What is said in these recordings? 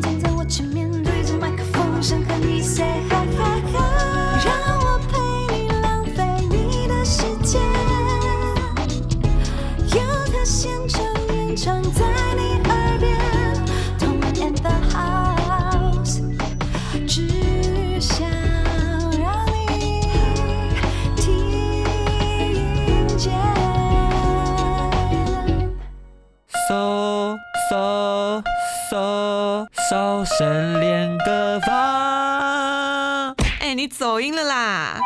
站在我前面，对着麦克风，想和你 say hi hi hi，让我陪你浪费你的时间。有个现场演唱在你耳边，同门 and the house，只想让你听见。搜搜搜搜神练歌房。哎、你走音了啦！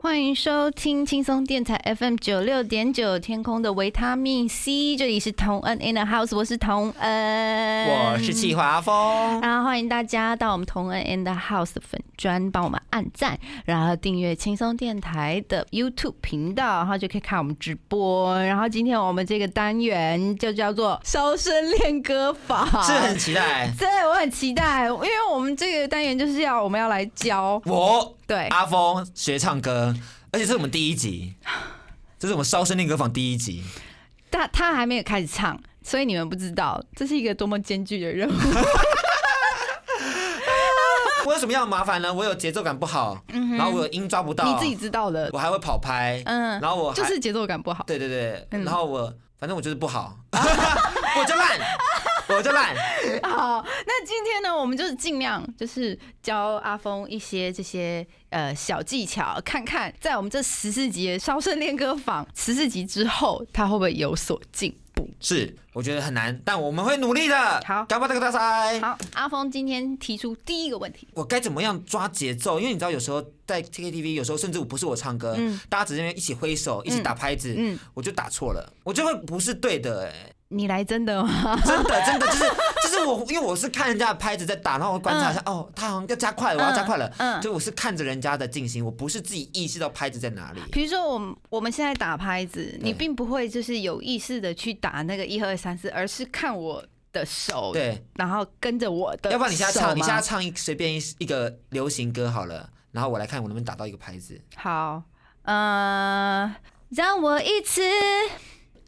欢迎收听轻松电台 FM 九六点九天空的维他命 C，这里是童恩 in the house，我是童恩，我是季华峰，然后欢迎大家到我们同恩 and house 的粉砖帮我们按赞，然后订阅轻松电台的 YouTube 频道，然后就可以看我们直播。然后今天我们这个单元就叫做“烧身练歌法”，是不是很期待。对，我很期待，因为我们这个单元就是要我们要来教，我对，阿峰学唱歌，而且这是我们第一集，这是我们烧声练歌房第一集。他他还没有开始唱，所以你们不知道这是一个多么艰巨的任务。我有什么样的麻烦呢？我有节奏感不好，然后我有音抓不到，嗯 你自己知道的我，还会跑拍，嗯然后我还就是节奏感不好。对对对，嗯然后我反正我就是不好， 我就烂，我就烂，好，那今天呢，我们就是尽量就是教阿峰一些这些呃小技巧，看看在我们这十四集的烧声练歌坊十四集之后，他会不会有所进步？是我觉得很难，但我们会努力的。好干巴这个大赛，好，阿峰今天提出第一个问题，我该怎么样抓节奏？因为你知道，有时候在 KTV，有时候甚至我不是我唱歌，嗯大家只是在那边一起挥手，一起打拍子，嗯，我就打错了，我就会不是对的、哎，你来真 的吗？真的真的就是就是我，因为我是看人家的拍子在打，然后我观察一下，哦，他好像要加快了，我要加快了，嗯嗯嗯就我是看着人家的进行，我不是自己意识到拍子在哪里。比如说，我们我们现在打拍子，你对并不会就是有意识的去打那个一二三四，而是看我的手，，对，然后跟着我的手吗。要不然你现在唱，你现在唱一随便一一个流行歌好了，然后我来看我能不能打到一个拍子。好，呃，让我一次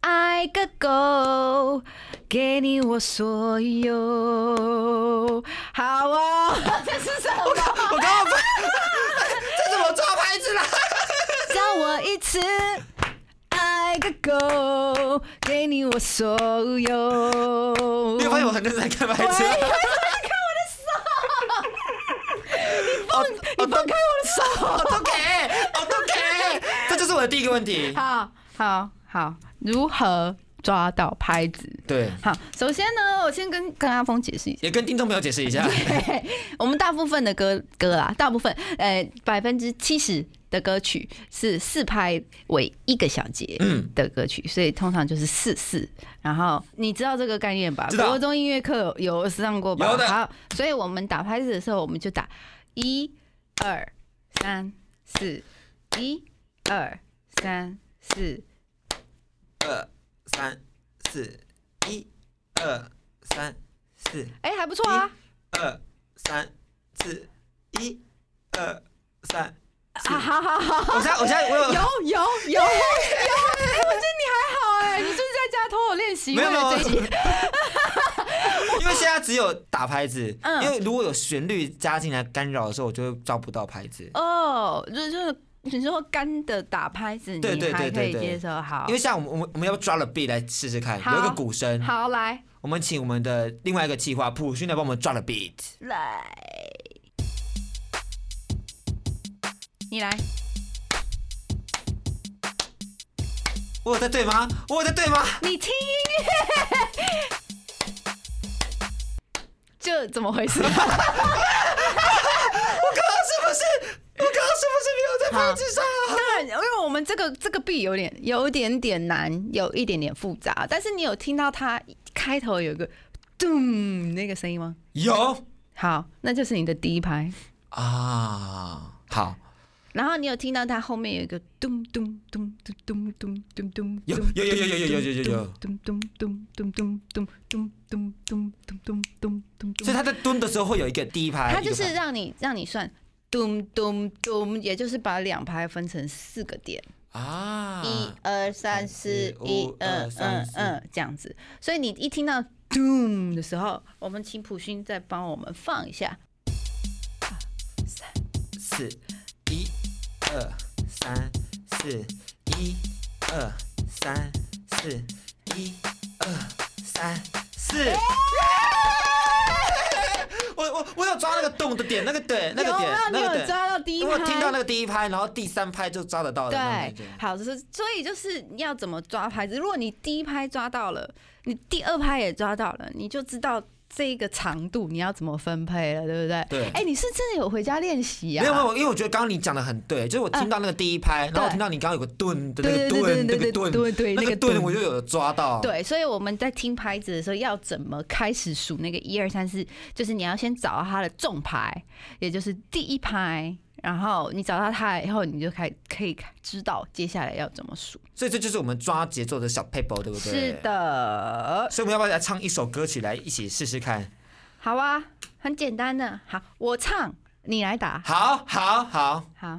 爱个够，给你我所有。好哦， 这是什么？我刚刚不 这怎么抓拍子啦？让我一次。爱个够，给你我所有。你有发现我很认真在看拍子吗？你放，你放开 我的手！我都给，我都给，这就是我的第一个问 题。好好好，如何抓到拍子？对，好，首先呢，我先跟跟阿峰解释一下。也跟听众朋友解释一下， 我们大部分的歌歌啦，大部分呃百分之七十的歌曲是四拍为一个小节嗯的歌曲，所以通常就是四四。然后你知道这个概念吧？知道国中音乐课有有上过吧？有的好，所以我们打拍子的时候，我们就打一、二、三、四，一、二、三、四。二三四，一二三四，哎、还不错啊！二三四，一二三四啊，。好好好，我现在，我现 在我有有有有有，哎我觉得你还好哎、你是不是在家偷偷练习？没有为了这一集没有 因为现在只有打拍子，嗯因为如果有旋律加进来干扰的时候，我就会抓不到拍子。哦，就是就是你说干的打拍子，对对你还对可对以对接受，好因，为像我们我们我们要不抓了 B 来试试看，有好一个鼓声，好来我们请我们的另外一个企划普勋来帮我们抓了 beat。来，你来，我有在对吗？我有在对吗？你听 音乐，这怎么 回事？刚刚是不是？我刚刚是不是没有在拍子上啊？当然，因为我们这个这个 B 有点有一点点难，有一点点复杂，但是你有听到它开头有一个咚那个声音吗？有好，那就是你的第一拍。啊，好，然后你有听到它后面有一个咚咚咚咚咚咚咚咚，有有有有有有有有有咚咚咚咚咚咚咚咚咚咚咚咚咚所以他在蹲的时候会有一个第一排，它就一是个让你让你算咚咚咚，也就是把两排分成四个点，排啊，一二三四，一五二二三嗯四嗯这样子。所以你一听到咚的时候，我们请普勋再帮我们放一下。四，一二三四，一二三四，一二三四。我我我有抓那个洞的点，那个点，那个点，那有啊，个你有点。抓到第一我拍？听到那个第一拍，然后第三拍就抓得到的那种感对觉。，好，就是所以就是要怎么抓拍子。如果你第一拍抓到了，你第二拍也抓到了，你就知道这个长度你要怎么分配了，对不对？对哎、你是真的有回家练习啊没呀？有没有，因为我觉得刚刚你讲的很对，就是我听到那个第一拍，然后我听到你刚刚有个顿的那对个对对顿，对那对个对顿，对对，那个顿顿我就有抓到。对，所以我们在听拍子的时候，要怎么开始数那个一二三四？就是你要先找到它的重拍，也就是第一拍，然后你找到它以后，你就开可以知道接下来要怎么数。所以这就是我们抓节奏的小 paper，对不对？是。的，所以我们要不要来唱一首歌曲来一起试试看？好啊，很简单的。好，我唱，你来打。好，好，好，好，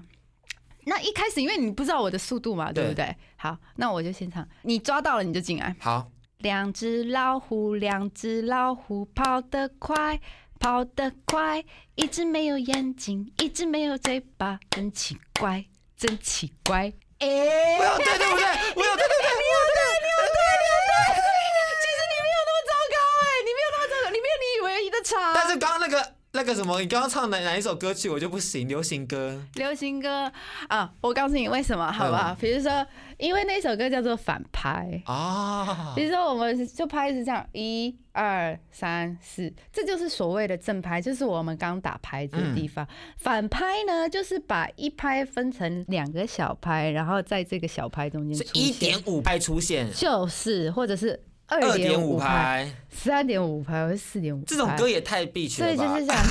那一开始因为你不知道我的速度嘛，对不对？好，那我就先唱，你抓到了你就进来。好，两只老虎，两只老虎跑得快，跑得快。一只没有眼睛，一只没有嘴巴，真奇怪，真奇怪。哎、我有对对不对？我有对对 对。其实你没有那么糟糕哎、你没有那么糟糕，你没有你以为的差。但是刚刚那个那个什么，你刚刚唱哪哪一首歌曲我就不行，流行歌。流行歌啊，我告诉你为什么，好不嗯好？比如说，因为那首歌叫做《反拍》。啊比如说，我们就拍是这样，一二三四，这就是所谓的正拍，就是我们刚打拍子的地方。嗯反拍呢，就是把一拍分成两个小拍，然后在这个小拍中间是出一现，点五拍出现，就是或者是二二点点五五拍、拍，三点五拍或者四点五。这种歌也太必曲所了以就吧是？这样。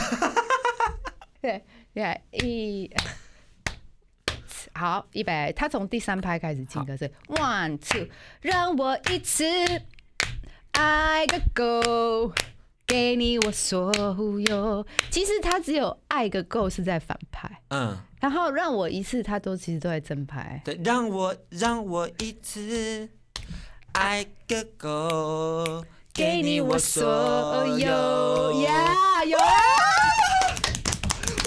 对，你看一，好，一百，他从第三拍开始进歌是 one two，让我一次爱个够，给你我所有。其实他只有爱个够是在反拍，嗯，然后让我一次，他都其实都在正拍。对，让我让我一次爱个够，给你我所有。呀，有啊。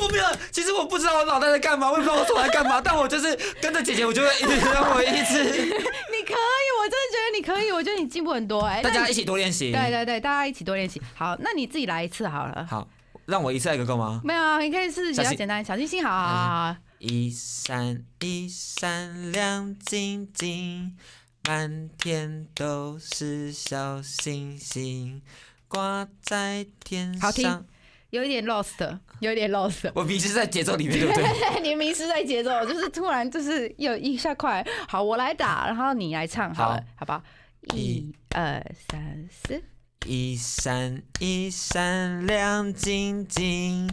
我没有，其实我不知道我脑袋在干嘛，我也不知道我手在 干嘛，但我就是跟着姐姐，我就会一直让我一 直，你可以，我真的觉得你可以，我觉得你进步很多哎、大那家你一起多练习。对对对，大家一起多练习。好，那你自己来一次好了。好，让我一次爱个够吗？没有啊，你可以是比小较心简单，小星星，好好好好。一闪一闪亮晶晶，满天都是小星星，挂在天好听上。有一点 lost，有一 点 lost。我迷失在节奏里面，对不对？你迷失在节奏，就是突然就是有一下快。好，我来打，然后你来唱好了，好好不好？一一、二、三、四。一闪一闪亮晶晶，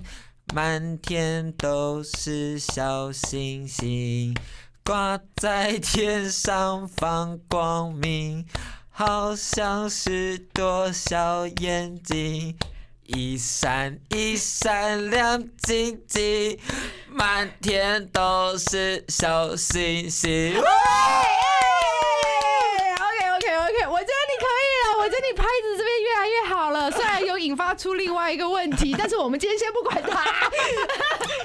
满天都是小星星，挂在天上放光明，好像是多小眼睛。一闪一闪亮晶晶，满天都是小星星。 OK OK OK，我觉得你可以了，我觉得你拍子这边越来越好了。虽然有引发出另外一个问题，但是我们今天先不管它。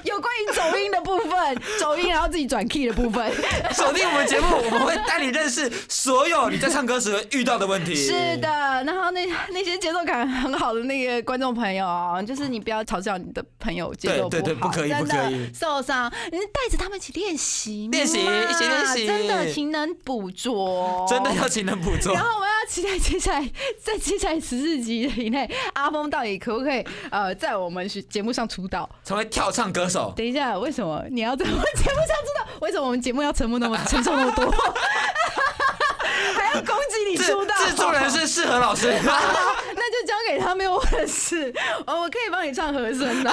有关于走音的部分，走音然后自己转 key 的部分。 锁定我们节目，我们会带你认识所有你在唱歌时会遇到的问题。是的，，然后那那些节奏感很好的那个观众朋友啊，就是你不要嘲笑你的朋友节奏对对对好，不可以真不可以的受伤，你带着他们一起练习嘛，练习一起练习真的勤能补拙，真的要勤能补拙哦然。后我们要期待接下来，在接下来十四集以内，阿峰到底可不可以呃，在我们节目上出道？成为跳唱歌手。等一下，为什么你要在我们节目上出道？为什么我们节目要沉默那么承受那么多？ 还要攻击你制出道？制作人是适合老 师，那就交啊给他们，没有我的事。哦，我可以帮你唱和声的。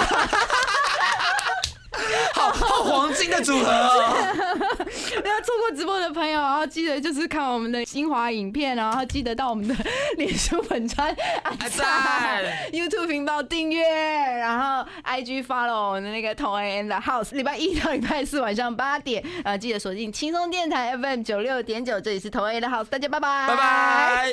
好好黄金的组合 哦！要错过直播的朋友，然后记得就是看我们的精华影片，然后记得到我们的脸书粉专按赞、YouTube 频道订阅，然后 IG follow 我们的那个同 A N 的 House。礼拜一到礼拜四晚上八点，呃，记得锁定轻松电台 FM 九六点九，这里是同 A 的 House，大家拜拜，拜。拜。